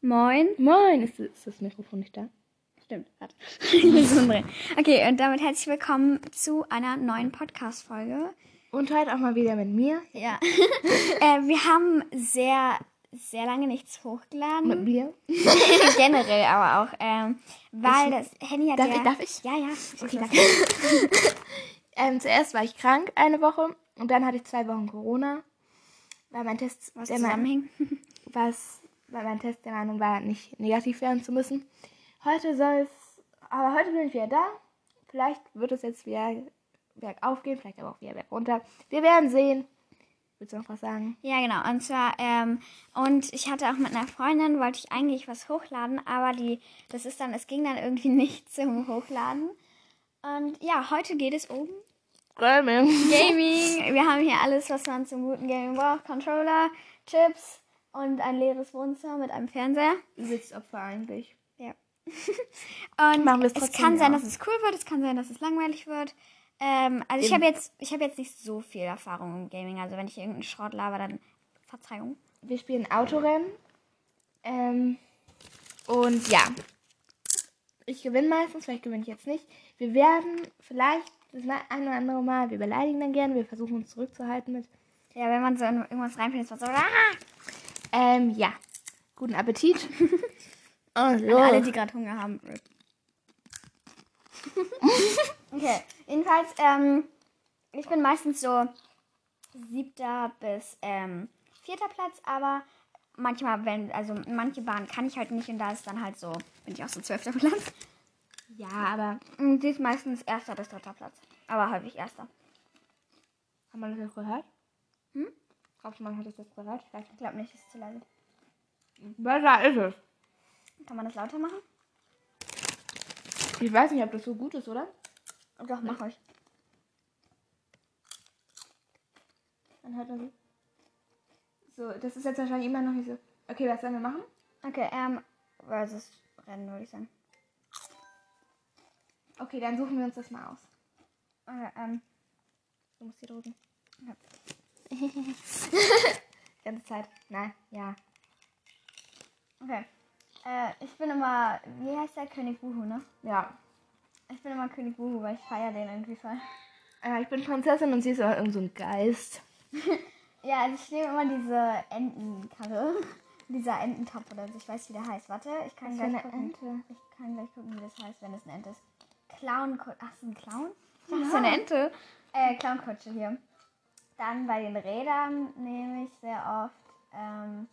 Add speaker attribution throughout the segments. Speaker 1: Moin.
Speaker 2: Moin, ist, ist das Mikrofon nicht da?
Speaker 1: Stimmt, warte. Das andere. okay, und damit herzlich willkommen zu einer neuen Podcast-Folge.
Speaker 2: Und heute auch mal wieder mit mir.
Speaker 1: Ja. äh, wir haben sehr, sehr lange nichts hochgeladen.
Speaker 2: Mit mir.
Speaker 1: Generell aber auch. Ähm, weil das Handy hat
Speaker 2: Darf
Speaker 1: ja...
Speaker 2: ich- darf ich?
Speaker 1: Ja, ja. Ich okay, darf
Speaker 2: Ähm, zuerst war ich krank eine Woche und dann hatte ich zwei Wochen Corona, weil mein Test,
Speaker 1: Was
Speaker 2: der mein,
Speaker 1: zusammenhängt.
Speaker 2: was, weil mein Test der Meinung war, nicht negativ werden zu müssen. Heute soll es, aber heute bin ich wieder da. Vielleicht wird es jetzt wieder bergauf gehen, vielleicht aber auch wieder bergunter. Wir werden sehen. Willst du noch was sagen?
Speaker 1: Ja, genau. Und zwar, ähm, und ich hatte auch mit einer Freundin, wollte ich eigentlich was hochladen, aber die, das ist dann, es ging dann irgendwie nicht zum Hochladen. Und ja, heute geht es um
Speaker 2: Gaming.
Speaker 1: Gaming. Wir haben hier alles, was man zum guten Gaming braucht. Controller, Chips und ein leeres Wohnzimmer mit einem Fernseher.
Speaker 2: Übelst Opfer eigentlich.
Speaker 1: Und
Speaker 2: Machen wir es
Speaker 1: es
Speaker 2: trotzdem,
Speaker 1: kann sein,
Speaker 2: ja.
Speaker 1: dass es cool wird, es kann sein, dass es langweilig wird. Ähm, also ich
Speaker 2: Eben.
Speaker 1: habe jetzt, ich habe jetzt nicht so viel Erfahrung im Gaming. Also wenn ich irgendeinen Schrott laber, dann Verzeihung.
Speaker 2: Wir spielen Autorennen. Ähm, und ja. Ich gewinne meistens, vielleicht gewinne ich jetzt nicht. Wir werden vielleicht das ein oder andere Mal, wir beleidigen dann gerne, wir versuchen uns zurückzuhalten mit.
Speaker 1: Ja, wenn man so in irgendwas reinfindet, ist man so, ah!
Speaker 2: Ähm, ja. Guten Appetit. und
Speaker 1: An
Speaker 2: los.
Speaker 1: alle, die gerade Hunger haben. okay, jedenfalls, ähm, ich bin meistens so siebter bis ähm, vierter Platz, aber manchmal, wenn, also manche Bahnen kann ich halt nicht und da ist dann halt so, bin ich auch so zwölfter Platz.
Speaker 2: ja, ah, aber
Speaker 1: Und sie ist meistens erster bis dritter Platz, aber häufig erster.
Speaker 2: haben wir das jetzt gehört?
Speaker 1: Hm?
Speaker 2: Glaubst du, man hat das jetzt gehört? Vielleicht.
Speaker 1: Ich glaube nicht, das ist zu leise.
Speaker 2: Besser ist es.
Speaker 1: Kann man das lauter machen?
Speaker 2: Ich weiß nicht, ob das so gut ist, oder?
Speaker 1: Doch, mach euch.
Speaker 2: Dann hört man so. So, das ist jetzt wahrscheinlich immer noch nicht so. Okay, was sollen wir machen?
Speaker 1: Okay, ähm, versus Rennen würde ich sagen.
Speaker 2: Okay, dann suchen wir uns das mal aus.
Speaker 1: Okay, ähm,
Speaker 2: Du musst hier drücken.
Speaker 1: Ja.
Speaker 2: Die ganze Zeit. Nein, ja.
Speaker 1: Okay. Äh, ich bin immer, wie heißt der König Buhu, ne?
Speaker 2: Ja.
Speaker 1: Ich bin immer König Buhu, weil ich feiere den irgendwie voll.
Speaker 2: Äh, ich bin Prinzessin und sie ist aber irgend so ein Geist.
Speaker 1: Ja, also ich nehme immer diese Entenkarre. Dieser Ententopf oder so. Ich weiß, wie der heißt. Warte, ich kann
Speaker 2: Was für
Speaker 1: gleich
Speaker 2: eine
Speaker 1: gucken.
Speaker 2: Ente?
Speaker 1: Ich kann gleich gucken, wie das heißt, wenn es eine Ente ist. Clownkutsche. Ach, ist ein Clown?
Speaker 2: Ja.
Speaker 1: Das ist eine Ente. Äh, Clownkutsche hier. Dann bei den Rädern nehme ich sehr oft ähm,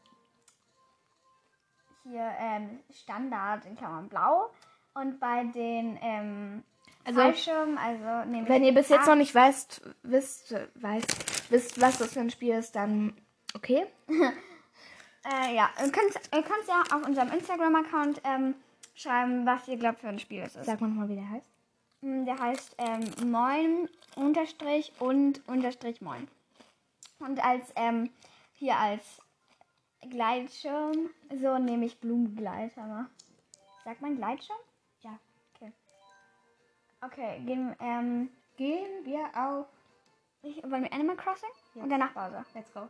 Speaker 1: hier ähm, Standard in Klammern blau. Und bei den ähm,
Speaker 2: Also,
Speaker 1: Fallschirmen, also nehme ich.
Speaker 2: Wenn ihr bis jetzt
Speaker 1: Ah,
Speaker 2: noch nicht weißt, wisst, weißt, wisst, was das für ein Spiel ist, dann okay.
Speaker 1: Äh, ja, ihr könnt ihr könnt's ja auf unserem Instagram-Account ähm, schreiben, was ihr glaubt für ein Spiel es ist.
Speaker 2: Sag mal nochmal, wie der heißt.
Speaker 1: Mm, Der heißt ähm, Moin unterstrich und unterstrich Moin. Und als ähm, hier als Gleitschirm, so nehme ich Blumengleiter mal. Sagt man Gleitschirm?
Speaker 2: Ja.
Speaker 1: Okay. Okay, gehen, ähm,
Speaker 2: Gehen wir auf.
Speaker 1: ich, wollen wir Animal Crossing?
Speaker 2: Ja.
Speaker 1: Und danach Bowser.
Speaker 2: Let's go.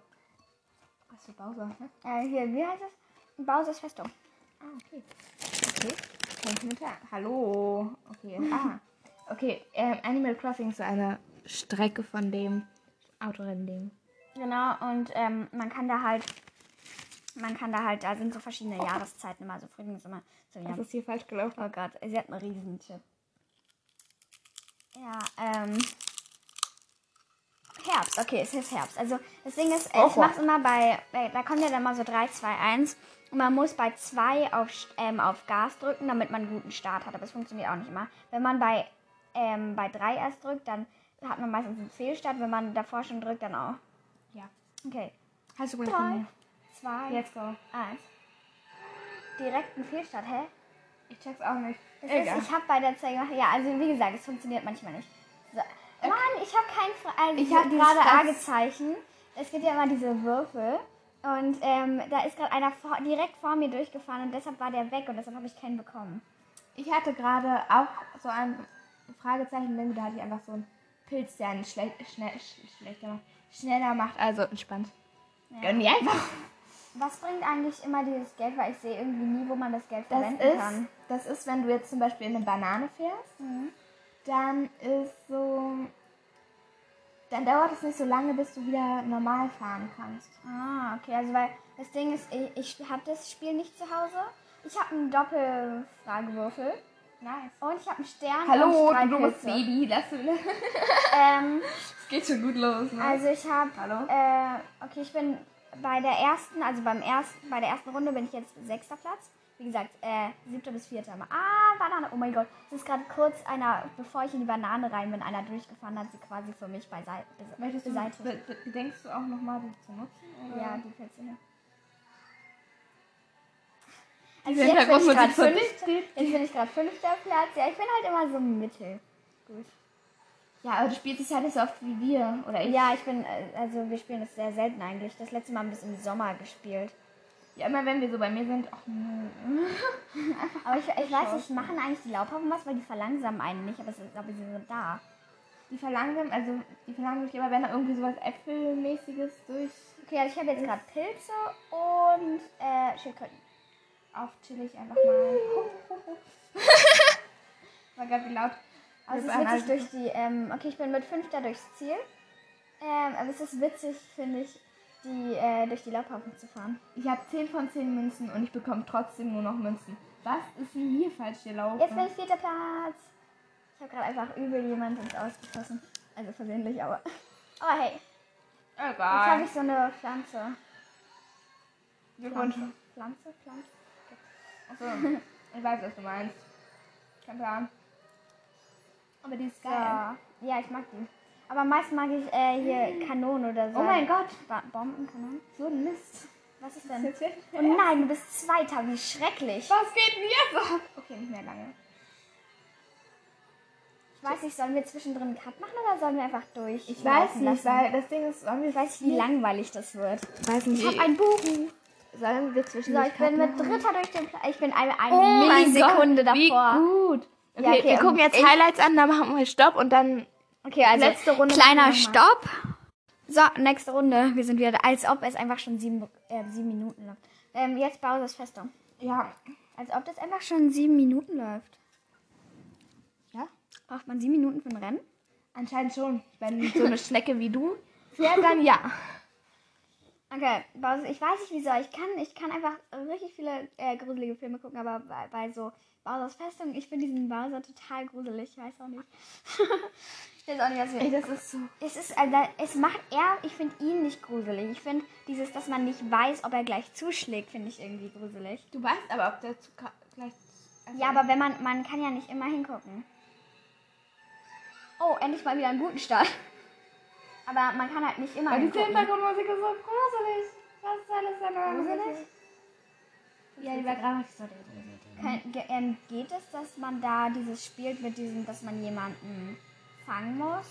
Speaker 2: Was für Bowser, ne?
Speaker 1: Äh, hier, wie heißt es? Bowser's Festung.
Speaker 2: Ah, okay. Okay. Fängt mit an. Hallo. Okay. Ah. Okay. Ähm, Animal Crossing ist so eine Strecke von dem Autorennen-Ding.
Speaker 1: Genau, und ähm, man kann da halt, man kann da halt, da sind so verschiedene Jahreszeiten immer, so Frühling ist immer so
Speaker 2: Was
Speaker 1: Januar.
Speaker 2: ist hier falsch gelaufen?
Speaker 1: Oh Gott, sie hat einen riesen Chip. Ja, ähm. Herbst, okay, es ist Herbst. Also das Ding ist, äh, ich
Speaker 2: Oho.
Speaker 1: mach's immer bei, bei, da kommt ja dann mal so 3, 2, 1. Und man muss bei 2 auf, St- ähm, auf Gas drücken, damit man einen guten Start hat. Aber es funktioniert auch nicht immer. Wenn man bei, ähm, bei 3 erst drückt, dann hat man meistens einen Fehlstart. Wenn man davor schon drückt, dann auch.
Speaker 2: Ja.
Speaker 1: Okay,
Speaker 2: Hast du
Speaker 1: Drei.
Speaker 2: mal
Speaker 1: 2,
Speaker 2: Let's go.
Speaker 1: Eins. Direkt ein Fehlstart, hä?
Speaker 2: Ich check's auch nicht.
Speaker 1: Das ist, ich habe bei der Zeit gemacht. Ja, also wie gesagt, es funktioniert manchmal nicht. So. Mann, ich habe kein Fra also
Speaker 2: Ich
Speaker 1: ich habe
Speaker 2: hab dieses
Speaker 1: gerade
Speaker 2: Fass.
Speaker 1: A-Gezeichen. Es gibt ja immer diese Würfel. Und ähm, da ist gerade einer vor, direkt vor mir durchgefahren und deshalb war der weg und deshalb habe ich keinen bekommen.
Speaker 2: Ich hatte gerade auch so ein Fragezeichen, denn da hatte ich einfach so einen Pilz, der einen schle schnell, sch schlechter macht. schneller macht, also entspannt.
Speaker 1: Ja.
Speaker 2: Gönn dir einfach.
Speaker 1: Was bringt eigentlich immer dieses Geld? Weil ich sehe irgendwie nie, wo man das Geld
Speaker 2: Das
Speaker 1: verwenden
Speaker 2: ist,
Speaker 1: kann.
Speaker 2: das ist, wenn du jetzt zum Beispiel in eine Banane fährst, dann ist so. Dann dauert es nicht so lange, bis du wieder normal fahren kannst.
Speaker 1: Ah, okay. Also weil das Ding ist, ich, ich habe das Spiel nicht zu Hause. Ich habe einen Doppelfragewürfel
Speaker 2: Nice.
Speaker 1: und ich habe einen Stern.
Speaker 2: Hallo,
Speaker 1: und drei
Speaker 2: du dummes
Speaker 1: Pilze.
Speaker 2: Baby, lass
Speaker 1: Ähm,
Speaker 2: Es geht schon gut los, ne?
Speaker 1: also ich habe,
Speaker 2: Hallo?
Speaker 1: äh, okay, ich bin bei der ersten, also beim ersten, bei der ersten Runde bin ich jetzt sechster Platz. Wie gesagt, äh, siebter bis vierter. Ah, Banane. Oh mein Gott. Es ist gerade kurz einer, bevor ich in die Banane rein bin, einer durchgefahren, hat sie quasi für mich beiseite. bese-
Speaker 2: Möchtest du,
Speaker 1: beseitigt.
Speaker 2: be- be- denkst du auch nochmal, die zu nutzen? Oder?
Speaker 1: Ja, die Pilze hier. Also jetzt
Speaker 2: Diese
Speaker 1: bin ich
Speaker 2: Hintergrundmusik
Speaker 1: gerade
Speaker 2: verdichtet.
Speaker 1: fünfter, jetzt bin ich grad fünfter Platz. Ja, ich bin halt immer so im Mittel. Gut.
Speaker 2: ja, aber du spielst es ja nicht so oft wie wir. Oder ich.
Speaker 1: Ja, ich bin, äh, also wir spielen das sehr selten eigentlich. Das letzte Mal haben wir es im Sommer gespielt.
Speaker 2: Ja, immer wenn wir so bei mir sind, ach nö.
Speaker 1: Aber ich, ich weiß nicht, machen eigentlich die Laubhaufen was, weil die verlangsamen einen nicht, aber, es ist, aber sie sind da.
Speaker 2: Die verlangsamen, also die verlangsamen mich immer, wenn da irgendwie sowas Äpfelmäßiges durch
Speaker 1: Okay, also ich habe jetzt gerade Pilze und äh, Schildkröten.
Speaker 2: aufchillig einfach mal. War gerade wie laut. Also,
Speaker 1: Aber es
Speaker 2: Wir
Speaker 1: ist witzig
Speaker 2: behalten-
Speaker 1: durch die, ähm, okay, ich bin mit fünfter durchs Ziel. Ähm, aber es ist witzig, finde ich, die, äh, durch die Laubhaufen zu fahren.
Speaker 2: Ich habe 10 von 10 Münzen und ich bekomme trotzdem nur noch Münzen. Was ist denn hier falsch gelaufen?
Speaker 1: Jetzt bin ich vierter Platz. Ich habe gerade einfach übel jemand ins Ausgeschossen. Also versehentlich, aber. Aber hey, jetzt habe
Speaker 2: Egal.
Speaker 1: ich so eine Pflanze.
Speaker 2: Glückwunsch.
Speaker 1: Pflanze, Pflanze, Pflanze.
Speaker 2: Achso, ich weiß, was du meinst. Kein Plan. Aber die ist geil.
Speaker 1: So. Ja, ich mag die. Aber am meisten mag ich äh, hier Kanonen oder so.
Speaker 2: Oh mein Gott,
Speaker 1: Ba Bombenkanonen?
Speaker 2: so ein Mist.
Speaker 1: Was ist
Speaker 2: Das
Speaker 1: denn?
Speaker 2: ist jetzt
Speaker 1: Oh nein, du bist Zweiter, wie schrecklich.
Speaker 2: Was geht denn jetzt ab? Okay, nicht mehr lange.
Speaker 1: Ich weiß nicht, sollen wir zwischendrin einen Cut machen oder sollen wir einfach durch?
Speaker 2: Ich weiß
Speaker 1: laufen
Speaker 2: nicht,
Speaker 1: lassen?
Speaker 2: weil das Ding ist, sollen wir
Speaker 1: Ich weiß nicht, wie langweilig das wird.
Speaker 2: weiß nicht.
Speaker 1: Ich habe ein Buch.
Speaker 2: sollen wir zwischen
Speaker 1: So, ich bin mit Dritter durch den Pla Ich bin eine, eine
Speaker 2: oh
Speaker 1: Millisekunde
Speaker 2: Millisekunde Gott,
Speaker 1: davor.
Speaker 2: Wie gut. Okay,
Speaker 1: Ja, okay,
Speaker 2: wir gucken
Speaker 1: und
Speaker 2: jetzt
Speaker 1: ich-
Speaker 2: Highlights an, dann machen wir Stopp und dann.
Speaker 1: Okay, also
Speaker 2: Letzte Runde
Speaker 1: kleiner
Speaker 2: machen wir
Speaker 1: Stopp. So, nächste Runde. Wir sind wieder, als ob es einfach schon sieben, äh, sieben Minuten läuft. Ähm, jetzt Bowser's Festung.
Speaker 2: Ja.
Speaker 1: Als ob das einfach schon sieben Minuten läuft.
Speaker 2: Ja?
Speaker 1: Braucht man sieben Minuten für ein Rennen?
Speaker 2: Anscheinend schon. Wenn so eine Schnecke wie du fährt, dann ja.
Speaker 1: Okay, Bowser, ich weiß nicht wieso. Ich kann, ich kann einfach richtig viele äh, gruselige Filme gucken, aber bei, bei so Bowser's Festung, ich finde diesen Bowser total gruselig. Ich weiß auch nicht. ich weiß auch nicht, was wir.
Speaker 2: Ey, das ist so.
Speaker 1: Es ist, also, es macht er, ich finde ihn nicht gruselig. Ich finde dieses, dass man nicht weiß, ob er gleich zuschlägt, finde ich irgendwie gruselig.
Speaker 2: Du weißt aber, ob der zu ka- gleich. also-
Speaker 1: Ja, aber wenn man, man kann ja nicht immer hingucken. Oh, endlich mal wieder einen guten Start. Aber man kann halt nicht immer
Speaker 2: Weil diese
Speaker 1: hingucken.
Speaker 2: Hintergrundmusik ist so gruselig. Was ist alles da noch?
Speaker 1: Gruselig?
Speaker 2: Ja, die war gerade so.
Speaker 1: Kann, ge, ähm, geht es, dass man da dieses spielt mit diesem, dass man jemanden fangen muss?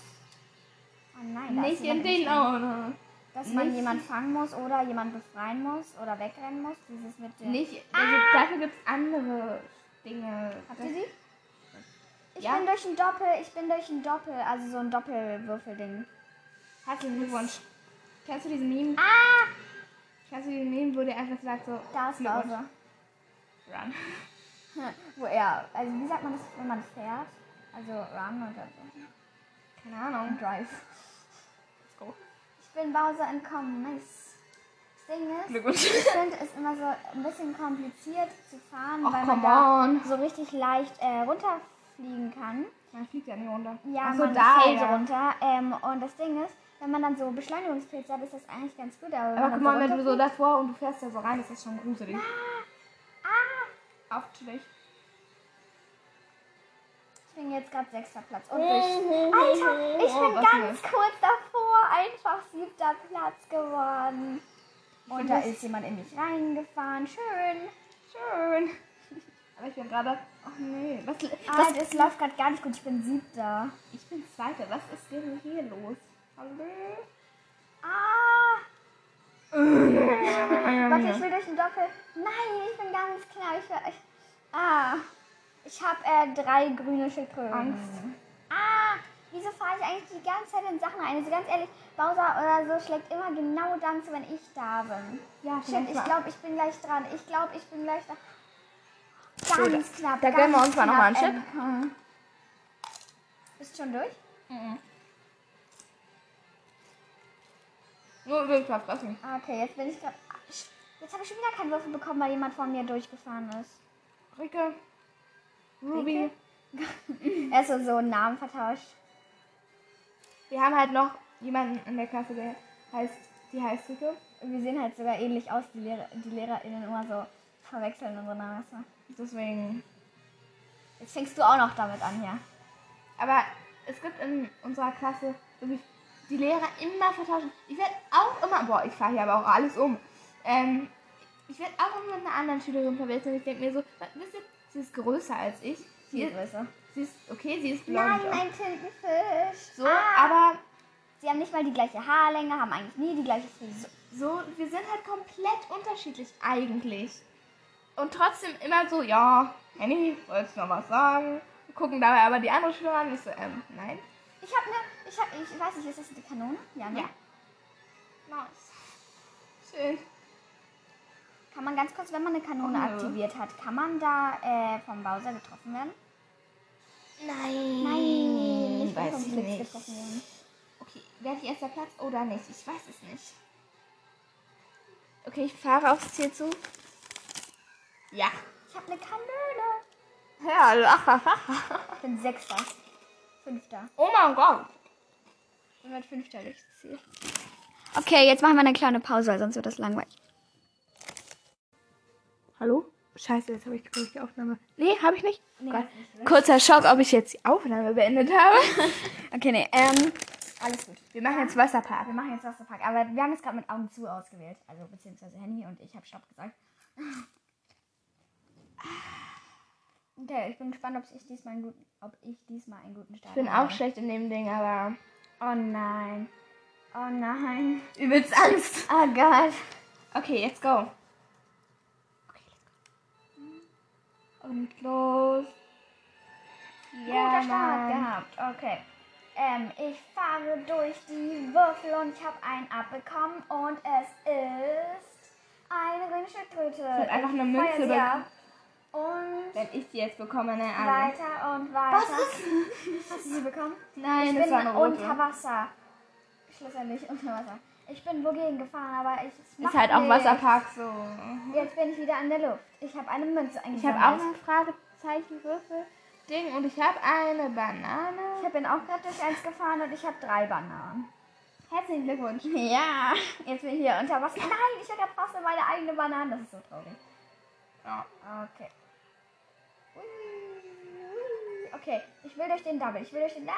Speaker 1: Oh nein, da ist
Speaker 2: Nicht in
Speaker 1: jemand im
Speaker 2: den
Speaker 1: Spiel.
Speaker 2: Augen.
Speaker 1: Dass man
Speaker 2: nicht-
Speaker 1: jemanden fangen muss oder jemanden befreien muss oder wegrennen muss. Dieses mit dem.
Speaker 2: Nicht. Also dafür gibt es andere Dinge.
Speaker 1: Ah! Habt ihr sie? Ich
Speaker 2: Ja.
Speaker 1: bin durch ein Doppel, ich bin durch ein Doppel, also so ein Doppelwürfelding.
Speaker 2: Herzlichen Glückwunsch. Kennst du diesen Meme?
Speaker 1: Ah!
Speaker 2: Kennst du diesen Meme, wo der einfach sagt so.
Speaker 1: Da ist
Speaker 2: Glückwunsch.
Speaker 1: Bowser.
Speaker 2: Run.
Speaker 1: Wo er, also wie sagt man das, wenn man fährt? Also Run oder so.
Speaker 2: Keine Ahnung.
Speaker 1: Drive.
Speaker 2: Let's go.
Speaker 1: Ich bin Bowser entkommen, nice. Das Ding ist,
Speaker 2: Glückwunsch.
Speaker 1: ich finde es immer so ein bisschen kompliziert zu fahren,
Speaker 2: Ach,
Speaker 1: weil man
Speaker 2: come
Speaker 1: da
Speaker 2: on.
Speaker 1: so richtig leicht äh, runterfliegen kann.
Speaker 2: Man fliegt ja nicht runter.
Speaker 1: Ja,
Speaker 2: Ach so,
Speaker 1: man
Speaker 2: da,
Speaker 1: fällt
Speaker 2: ja.
Speaker 1: runter. Ähm, und das Ding ist, wenn man dann so Beschleunigungspilze hat, ist das eigentlich ganz gut. Aber, wenn
Speaker 2: Aber
Speaker 1: man
Speaker 2: guck
Speaker 1: dann
Speaker 2: mal, wenn du
Speaker 1: runterfliegt-
Speaker 2: so davor und du fährst da so rein, ist das schon gruselig. Ah! Aufschlecht.
Speaker 1: Ich bin jetzt gerade sechster Platz. Und durch.
Speaker 2: Mhm.
Speaker 1: Alter,
Speaker 2: Alter,
Speaker 1: ich bin ganz kurz davor einfach siebter Platz geworden. Und
Speaker 2: find
Speaker 1: da
Speaker 2: das-
Speaker 1: ist jemand in mich reingefahren. Schön.
Speaker 2: Schön. Aber ich bin gerade. Ach nee. Was,
Speaker 1: Ah,
Speaker 2: was,
Speaker 1: das läuft gerade gar nicht gut. Ich bin siebter.
Speaker 2: ich bin Zweite. Was ist denn hier los?
Speaker 1: Hm.
Speaker 2: Hallo?
Speaker 1: Ah.
Speaker 2: Mhm.
Speaker 1: Warte, ich will durch den Doppel. Nein, ich bin ganz knapp. Ich, will-
Speaker 2: Mhm.
Speaker 1: ich, ah. Ich habe äh, drei grüne Schildkröten.
Speaker 2: Angst.
Speaker 1: Ah. Wie Wieso fahre ich eigentlich die ganze Zeit in Sachen ein? Also ganz ehrlich, Bowser oder so schlägt immer genau dann zu, wenn ich da bin.
Speaker 2: Ja,
Speaker 1: Shit,
Speaker 2: vielleicht
Speaker 1: ich
Speaker 2: mal-
Speaker 1: glaube, ich bin gleich dran. Ich glaube, ich bin gleich dran.
Speaker 2: So,
Speaker 1: Ganz knapp.
Speaker 2: da
Speaker 1: ganz
Speaker 2: gönnen wir uns mal noch
Speaker 1: knapp.
Speaker 2: mal einen Chip. Mhm.
Speaker 1: Ähm, bist du schon durch?
Speaker 2: Nur übrigens mal fressen.
Speaker 1: Ah, Okay, jetzt bin ich gerade. Ah, sch- Jetzt habe ich schon wieder keinen Würfel bekommen, weil jemand vor mir durchgefahren ist.
Speaker 2: Ricke. Ruby.
Speaker 1: Ricke? Er ist so, so einen Namen vertauscht.
Speaker 2: Wir haben halt noch jemanden in der Klasse, der heißt, die heißt Ricke.
Speaker 1: Und wir sehen halt sogar ähnlich aus, die, Lehrer, die LehrerInnen immer so verwechseln unsere Namen. erstmal.
Speaker 2: Deswegen.
Speaker 1: Jetzt fängst du auch noch damit an, ja.
Speaker 2: Aber es gibt in unserer Klasse wirklich die Lehrer immer vertauschen. Ich werde auch immer, boah, ich fahre hier aber auch alles um. Ähm, ich werde auch immer mit einer anderen Schülerin verwechselt. Ich denke mir so, wisst ihr, sie ist größer als ich. Sie
Speaker 1: Die
Speaker 2: ist,
Speaker 1: Größe.
Speaker 2: sie ist okay, sie ist blond.
Speaker 1: Nein, Ah. ein Tintenfisch.
Speaker 2: so, aber
Speaker 1: Sie haben nicht mal die gleiche Haarlänge, haben eigentlich nie die gleiche Frisur.
Speaker 2: so, wir sind halt komplett unterschiedlich eigentlich. Und trotzdem immer so, ja, Henny, wolltest du noch was sagen? Gucken dabei aber die andere Schülerin an. Ich so, ähm, nein.
Speaker 1: Ich habe ne, ich hab, ich weiß nicht, ist das die Kanone? Ja, ne?
Speaker 2: Ja. Nice. Schön.
Speaker 1: Kann man ganz kurz, wenn man eine Kanone
Speaker 2: Oh, nö.
Speaker 1: aktiviert hat, kann man da äh, vom Bowser getroffen werden?
Speaker 2: Nein.
Speaker 1: Nein, Hm, ich bin
Speaker 2: weiß
Speaker 1: vom
Speaker 2: ich
Speaker 1: Blitz
Speaker 2: nicht.
Speaker 1: getroffen worden.
Speaker 2: Okay, werde ich erster Platz oder nicht? Ich weiß es nicht. Okay, ich fahre aufs Ziel zu. Ja.
Speaker 1: Ich habe eine Kanone.
Speaker 2: Ja, lach.
Speaker 1: Ich bin Sechster. Fünfter.
Speaker 2: Oh mein Gott.
Speaker 1: 105. durchs Ziel. Okay, jetzt machen wir eine kleine Pause, weil sonst wird das langweilig.
Speaker 2: Hallo? Scheiße, jetzt habe ich glaube ich die Aufnahme. Nee, habe ich nicht.
Speaker 1: Nee,
Speaker 2: Gott.
Speaker 1: hast nicht
Speaker 2: Kurzer Schock, ob ich jetzt die Aufnahme beendet habe.
Speaker 1: Okay, nee, ähm, alles gut.
Speaker 2: Wir machen jetzt Wasserpark.
Speaker 1: Wir machen jetzt Wasserpark, aber wir haben es gerade mit Augen zu ausgewählt. Also, beziehungsweise Handy und ich habe Stopp gesagt. Ah. Okay, ich bin gespannt, ob ich diesmal einen guten, ob ich diesmal einen guten Start
Speaker 2: Ich bin auch schlecht in dem Ding, aber
Speaker 1: Oh nein. Oh nein.
Speaker 2: übelst Angst.
Speaker 1: Oh Gott.
Speaker 2: Okay, let's go. Okay, let's go. Und los.
Speaker 1: Guter Start
Speaker 2: Mann.
Speaker 1: gehabt. Okay. Ähm, ich fahre durch die Würfel und ich habe einen abbekommen und es ist eine grüne Schildkröte. Ich
Speaker 2: hab einfach eine
Speaker 1: feuer
Speaker 2: Münze
Speaker 1: sie
Speaker 2: bekommen.
Speaker 1: ab. Und
Speaker 2: Wenn ich die jetzt bekomme, ne? Arme.
Speaker 1: weiter und weiter. Hast du sie bekommen?
Speaker 2: Nein,
Speaker 1: ich
Speaker 2: das
Speaker 1: bin
Speaker 2: war eine rote.
Speaker 1: unter Wasser. Schlussendlich unter Wasser. Ich bin wogegen gefahren, aber ich. es macht
Speaker 2: Ist halt auch
Speaker 1: nichts.
Speaker 2: Wasserpark so.
Speaker 1: Jetzt bin ich wieder in der Luft. Ich habe eine Münze
Speaker 2: Ich habe
Speaker 1: eingesammelt.
Speaker 2: auch ein Fragezeichenwürfel-Ding und ich habe eine Banane.
Speaker 1: Ich hab- bin auch gerade durch eins gefahren und ich habe drei Bananen.
Speaker 2: Herzlichen Glückwunsch.
Speaker 1: Ja, jetzt bin ich hier unter Wasser. Nein, ich verpasse meine eigene Banane. Das ist so traurig.
Speaker 2: Ja.
Speaker 1: Okay. Ui, ui. Okay, ich will durch den Double. Ich will durch den. Ah,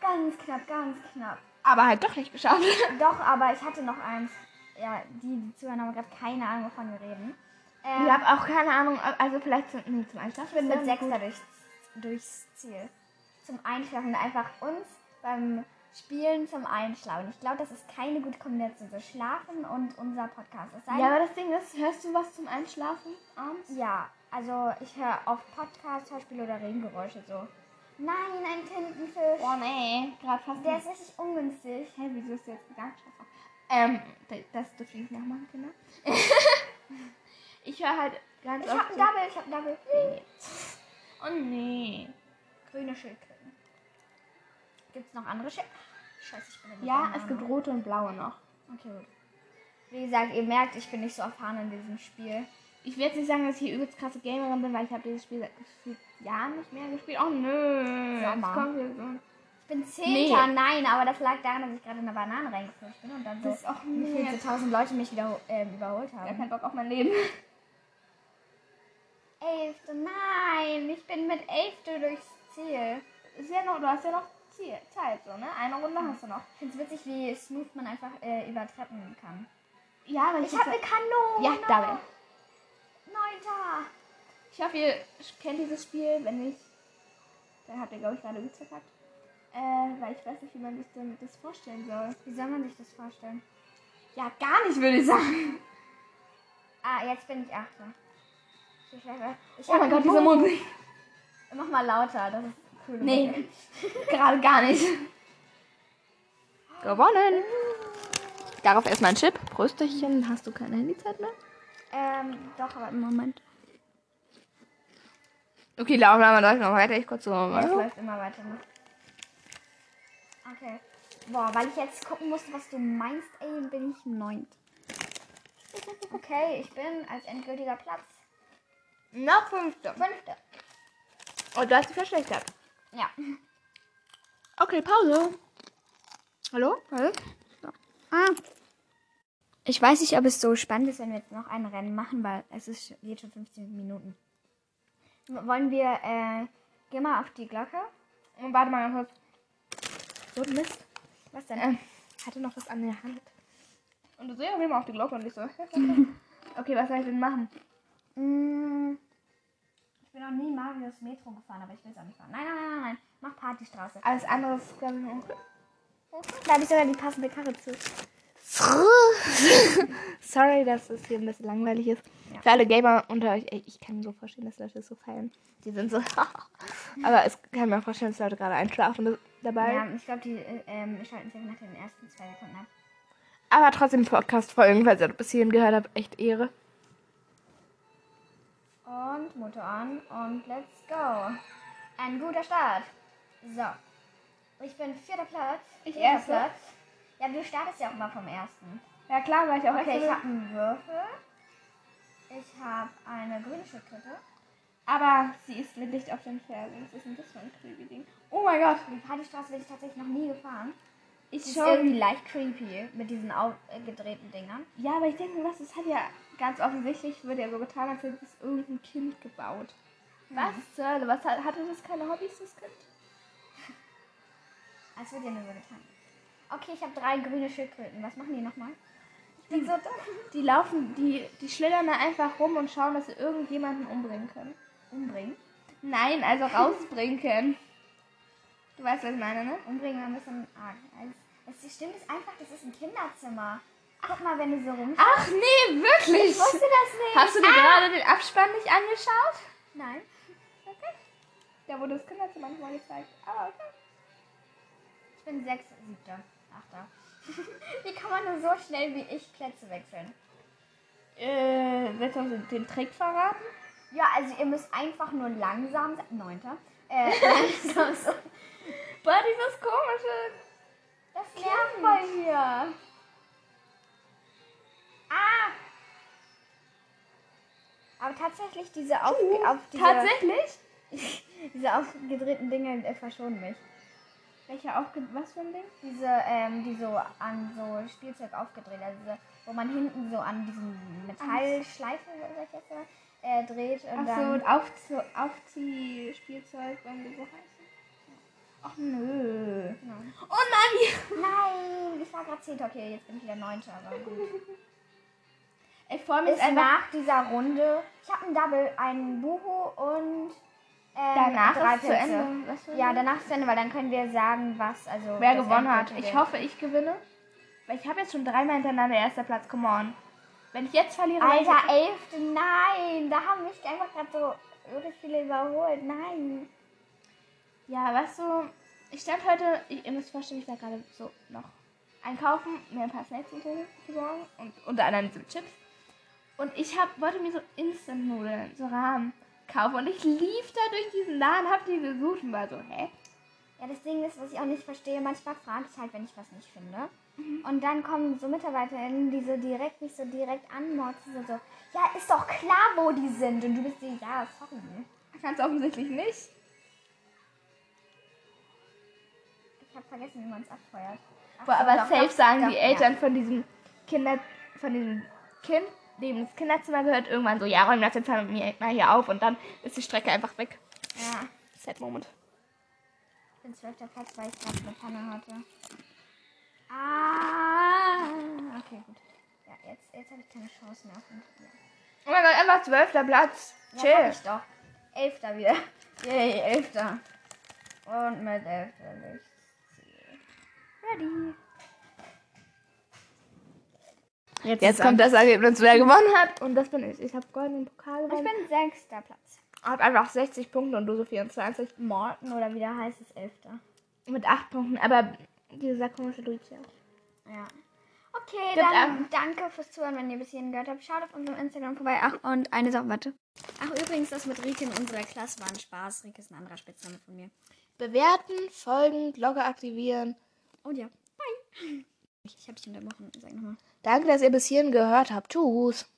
Speaker 1: ganz knapp, ganz knapp.
Speaker 2: Aber halt doch nicht geschafft.
Speaker 1: Doch, aber ich hatte noch eins. Ja, die, die zuhören haben gerade keine Ahnung, wovon wir reden. Ähm,
Speaker 2: Ich habe auch keine Ahnung, ob- also vielleicht sind nee, zum Einschlafen.
Speaker 1: ich bin mit
Speaker 2: sind-
Speaker 1: Sechster durchs, durchs Ziel. Zum Einschlafen. Einfach uns beim Spielen zum Einschlafen. Ich glaube, das ist keine gute Kombination. So Schlafen und unser Podcast. Es sei
Speaker 2: Ja, aber das Ding ist, hörst du was zum Einschlafen abends?
Speaker 1: Ja, also ich höre oft Podcasts, Hörspiele oder Regengeräusche so. Nein, ein Tintenfisch.
Speaker 2: Oh nee, gerade fast.
Speaker 1: Der ist richtig ungünstig.
Speaker 2: Hä, wieso ist der jetzt gegangen? Scheiß drauf. Ähm, d- das dürfte ich nicht nachmachen, Kinder. ich höre halt ganz
Speaker 1: Ich
Speaker 2: oft.
Speaker 1: hab einen Double, ich hab einen Double.
Speaker 2: so- oh nee.
Speaker 1: Grüne Schildkröten. Gibt's noch andere Schild? Scheiße, ich bin in der
Speaker 2: Ja,
Speaker 1: Banane.
Speaker 2: es gibt rote und blaue noch.
Speaker 1: Okay, gut. Wie gesagt, ihr merkt, ich bin nicht so erfahren in diesem Spiel.
Speaker 2: Ich will jetzt nicht sagen, dass ich hier übelst krasse Gamerin bin, weil ich habe dieses Spiel seit gefühlt Jahren nicht mehr gespielt. Oh nö.
Speaker 1: Sommer.
Speaker 2: Jetzt kommt hier so. ein-
Speaker 1: Ich bin Zehnter,
Speaker 2: Nee.
Speaker 1: nein, aber das lag daran, dass ich gerade in eine Banane reingeflutscht bin und dann so
Speaker 2: Das ist auch
Speaker 1: gefühlt
Speaker 2: nicht.
Speaker 1: so tausend Leute mich wieder ähm, überholt
Speaker 2: Ich habe
Speaker 1: haben.
Speaker 2: keinen Bock auf mein Leben.
Speaker 1: Elfte, nein, ich bin mit Elfte durchs Ziel.
Speaker 2: Ist ja noch, du hast ja noch Ziel, Zeit, so, ne? Eine Runde hast du noch.
Speaker 1: Ich finde es witzig, wie smooth man einfach äh, über Treppen kann.
Speaker 2: Ja, aber
Speaker 1: Ich habe eine Kanone.
Speaker 2: Ja, Double.
Speaker 1: Neunter.
Speaker 2: Ich hoffe, ihr kennt dieses Spiel. Wenn nicht, dann habt ihr, glaube ich, gerade übelst verkackt. Äh, weil ich weiß nicht, wie man sich denn das vorstellen soll.
Speaker 1: Wie soll man sich das vorstellen?
Speaker 2: Ja, gar nicht, würde ich sagen.
Speaker 1: Ah, jetzt bin ich Achter. Ich, ich, ich
Speaker 2: Oh mein
Speaker 1: hab
Speaker 2: Gott,
Speaker 1: einen
Speaker 2: diese
Speaker 1: Bogen.
Speaker 2: Musik.
Speaker 1: Mach mal lauter, das ist cool. Nee, gerade gar nicht.
Speaker 2: Gewonnen! Darauf erstmal ein Chip. Prösterchen, hast du keine Handyzeit mehr?
Speaker 1: Ähm, doch, aber im Moment.
Speaker 2: Okay, laufen wir mal noch weiter. Ich kurz so.
Speaker 1: Es läuft immer weiter. Ne? Okay. Boah, weil ich jetzt gucken musste, was du meinst, ey, bin ich neunt. Okay, ich bin als endgültiger Platz
Speaker 2: Noch fünfte.
Speaker 1: fünfter.
Speaker 2: Und du hast dich verschlechtert.
Speaker 1: Ja.
Speaker 2: Okay, Pause. Hallo? Hallo?
Speaker 1: Ah. Ich weiß nicht, ob es so spannend ist, wenn wir jetzt noch ein Rennen machen, weil es ist, sch- geht schon 15 Minuten. W- Wollen wir, äh, geh mal auf die Glocke.
Speaker 2: Und warte mal ganz kurz. So ein Mist.
Speaker 1: Was denn?
Speaker 2: Ähm, hatte noch was an der Hand. Und du drehst auf jeden Fall auf die Glocke und ich so. okay, was soll ich denn machen?
Speaker 1: Mm, ich bin noch nie Marios Metro gefahren, aber ich will es auch nicht fahren. Nein, nein, nein, nein, nein. Mach Partystraße.
Speaker 2: Alles andere ist, glaube ich, okay.
Speaker 1: Da habe ich sogar die passende Karre zu.
Speaker 2: Sorry, dass es hier ein bisschen langweilig ist.
Speaker 1: Ja.
Speaker 2: Für alle Gamer unter euch, ey, ich kann mir so vorstellen, dass Leute das so feiern. Die sind so. Aber es kann mir vorstellen, dass Leute gerade einschlafen dabei.
Speaker 1: Ja, ich glaube, die äh, ähm, schalten sich nach den ersten zwei Sekunden ab.
Speaker 2: Aber trotzdem Podcast-Folgen, falls ihr das bis hierhin gehört habt, echt Ehre.
Speaker 1: Und Motor an und let's go. Ein guter Start. So. Ich bin vierter Platz.
Speaker 2: Ich
Speaker 1: vierter
Speaker 2: erster.
Speaker 1: Platz. Ja, du startest ja auch mal vom ersten.
Speaker 2: Ja klar, war ich auch
Speaker 1: Okay,
Speaker 2: echt
Speaker 1: ich
Speaker 2: so-
Speaker 1: habe einen Würfel. Ich habe eine grüne Schildkröte.
Speaker 2: Aber sie ist mit Licht auf den Fersen. Was ist denn das für ein creepy Ding? Oh mein Gott.
Speaker 1: Die Partystraße bin ich tatsächlich noch nie gefahren.
Speaker 2: Ich
Speaker 1: Die ist
Speaker 2: schon.
Speaker 1: irgendwie leicht creepy mit diesen aufgedrehten Dingern.
Speaker 2: Ja, aber ich denke mir, was, das hat ja ganz offensichtlich, wird ja so getan, als hätte es irgendein Kind gebaut. Was zur Hölle? Was hat, hatte das keine Hobbys, das Kind?
Speaker 1: Als würde ja nur so getan. Okay, ich habe drei grüne Schildkröten. Was machen die nochmal? Ich bin so dumm.
Speaker 2: Die laufen, die, die schlittern da einfach rum und schauen, dass sie irgendjemanden umbringen können.
Speaker 1: Umbringen.
Speaker 2: Nein, also rausbringen können. Du weißt, was ich meine, ne?
Speaker 1: Umbringen war ein bisschen arg. Es, es stimmt es einfach, das ist ein Kinderzimmer. Guck mal, wenn du so rumschaust.
Speaker 2: Ach nee, wirklich?
Speaker 1: Ich wusste das nicht. Ah,
Speaker 2: Hast du dir gerade den Abspann nicht angeschaut?
Speaker 1: Nein.
Speaker 2: Okay. Da wurde das Kinderzimmer manchmal gezeigt. Aber okay.
Speaker 1: Ich bin sechs, siebter, achter. wie kann man nur so schnell wie ich Plätze wechseln?
Speaker 2: Äh, willst du uns den Trick verraten?
Speaker 1: Ja, also ihr müsst einfach nur langsam sein. Neunter. Äh, langsam sein.
Speaker 2: Boah, dieses komische
Speaker 1: Das nervt
Speaker 2: Nerv bei
Speaker 1: voll.
Speaker 2: mir.
Speaker 1: Ah! Aber tatsächlich diese auf, auf diese,
Speaker 2: Tatsächlich?
Speaker 1: diese aufgedrehten Dinge äh, verschonen mich.
Speaker 2: Welche aufge... Was für ein Ding?
Speaker 1: Diese, ähm, die so an so Spielzeug aufgedreht, also diese, wo man hinten so an diesen Metallschleifen, sag ich jetzt mal, äh, dreht und dann.
Speaker 2: Achso, Aufzu Aufziehspielzeug, wenn wir so heißen. Ach nö.
Speaker 1: Genau.
Speaker 2: Oh nein!
Speaker 1: Nein, ich war gerade 10. Okay, jetzt bin ich wieder 9. Aber gut.
Speaker 2: Ich freue mich
Speaker 1: Bis
Speaker 2: einfach...
Speaker 1: nach dieser Runde. Ich habe ein Double, einen Buhu und ähm, drei
Speaker 2: Danach ist zu
Speaker 1: Pilze.
Speaker 2: Ende. Was für ein
Speaker 1: Ja,
Speaker 2: Ding?
Speaker 1: danach ist zu Ende, weil dann können wir sagen, was. Also
Speaker 2: Wer
Speaker 1: das
Speaker 2: gewonnen hat.
Speaker 1: endgültige-
Speaker 2: Ich hoffe, ich gewinne. Weil ich habe jetzt schon dreimal hintereinander erster Platz. Come on. Wenn ich jetzt verliere...
Speaker 1: Alter, 11. Nein, da haben mich einfach gerade so wirklich viele überholt. Nein.
Speaker 2: Ja, weißt du, ich stand heute, ich, ihr müsst vorstellen, ich war gerade so noch einkaufen, mir ein paar Snacks und so besorgen und unter anderem diese Chips. Und ich hab, wollte mir so Instant-Nudeln, so Rahmen kaufen und ich lief da durch diesen Laden, hab die gesucht und war so, hä?
Speaker 1: Ja, das Ding ist, was ich auch nicht verstehe, manchmal frage ich halt, wenn ich was nicht finde.
Speaker 2: Mhm.
Speaker 1: Und dann kommen so MitarbeiterInnen, die so direkt mich so direkt anmotzen und so, ja, ist doch klar, wo die sind. Und du bist die, ja, sorry.
Speaker 2: Ganz offensichtlich nicht.
Speaker 1: Ich habe vergessen, wie man es abfeuert. Ach
Speaker 2: Boah,
Speaker 1: so,
Speaker 2: aber
Speaker 1: doch,
Speaker 2: safe
Speaker 1: doch,
Speaker 2: sagen
Speaker 1: doch,
Speaker 2: die
Speaker 1: ja.
Speaker 2: Eltern von diesem Kinder, von diesem Kind, dem das Kinderzimmer gehört, irgendwann so, ja, räum das jetzt mal mir- mal hier auf und dann ist die Strecke einfach weg.
Speaker 1: Ja,
Speaker 2: Sad Moment.
Speaker 1: ich bin zwölfter Platz, weil ich gerade eine Panne hatte. Ah, okay, gut. Ja, jetzt, jetzt habe ich keine Chance mehr auf den Turnier.
Speaker 2: Oh mein Gott, einfach zwölfter Platz. Chill.
Speaker 1: Ja, hab ich doch. Elfter wieder. Yay, Elfter. Und mit Elfter will ich Ziel. Ready.
Speaker 2: Jetzt kommt das Ergebnis, wer gewonnen hat. Und das bin ich. Ich habe goldenen Pokal
Speaker 1: Ich
Speaker 2: gewonnen.
Speaker 1: bin sechster Platz.
Speaker 2: Hab einfach 60 Punkte und du so 24.
Speaker 1: Morton oder wie der heißt, ist Elfter.
Speaker 2: Mit 8 Punkten, aber dieser komische Lucia.
Speaker 1: Ja. Okay,
Speaker 2: Stimmt,
Speaker 1: dann danke fürs Zuhören, wenn ihr bis hierhin gehört habt. Schaut auf unserem Instagram vorbei. Ach, und eine Sache, warte. Ach, übrigens, das mit Rike in unserer Klasse war ein Spaß. Rike ist ein anderer Spitzname von mir.
Speaker 2: Bewerten, folgen, Glocke aktivieren.
Speaker 1: Und ja, bye. Ich, ich habe dich unterbrochen. Sag nochmal.
Speaker 2: Danke, dass ihr bis hierhin gehört habt. Tschüss.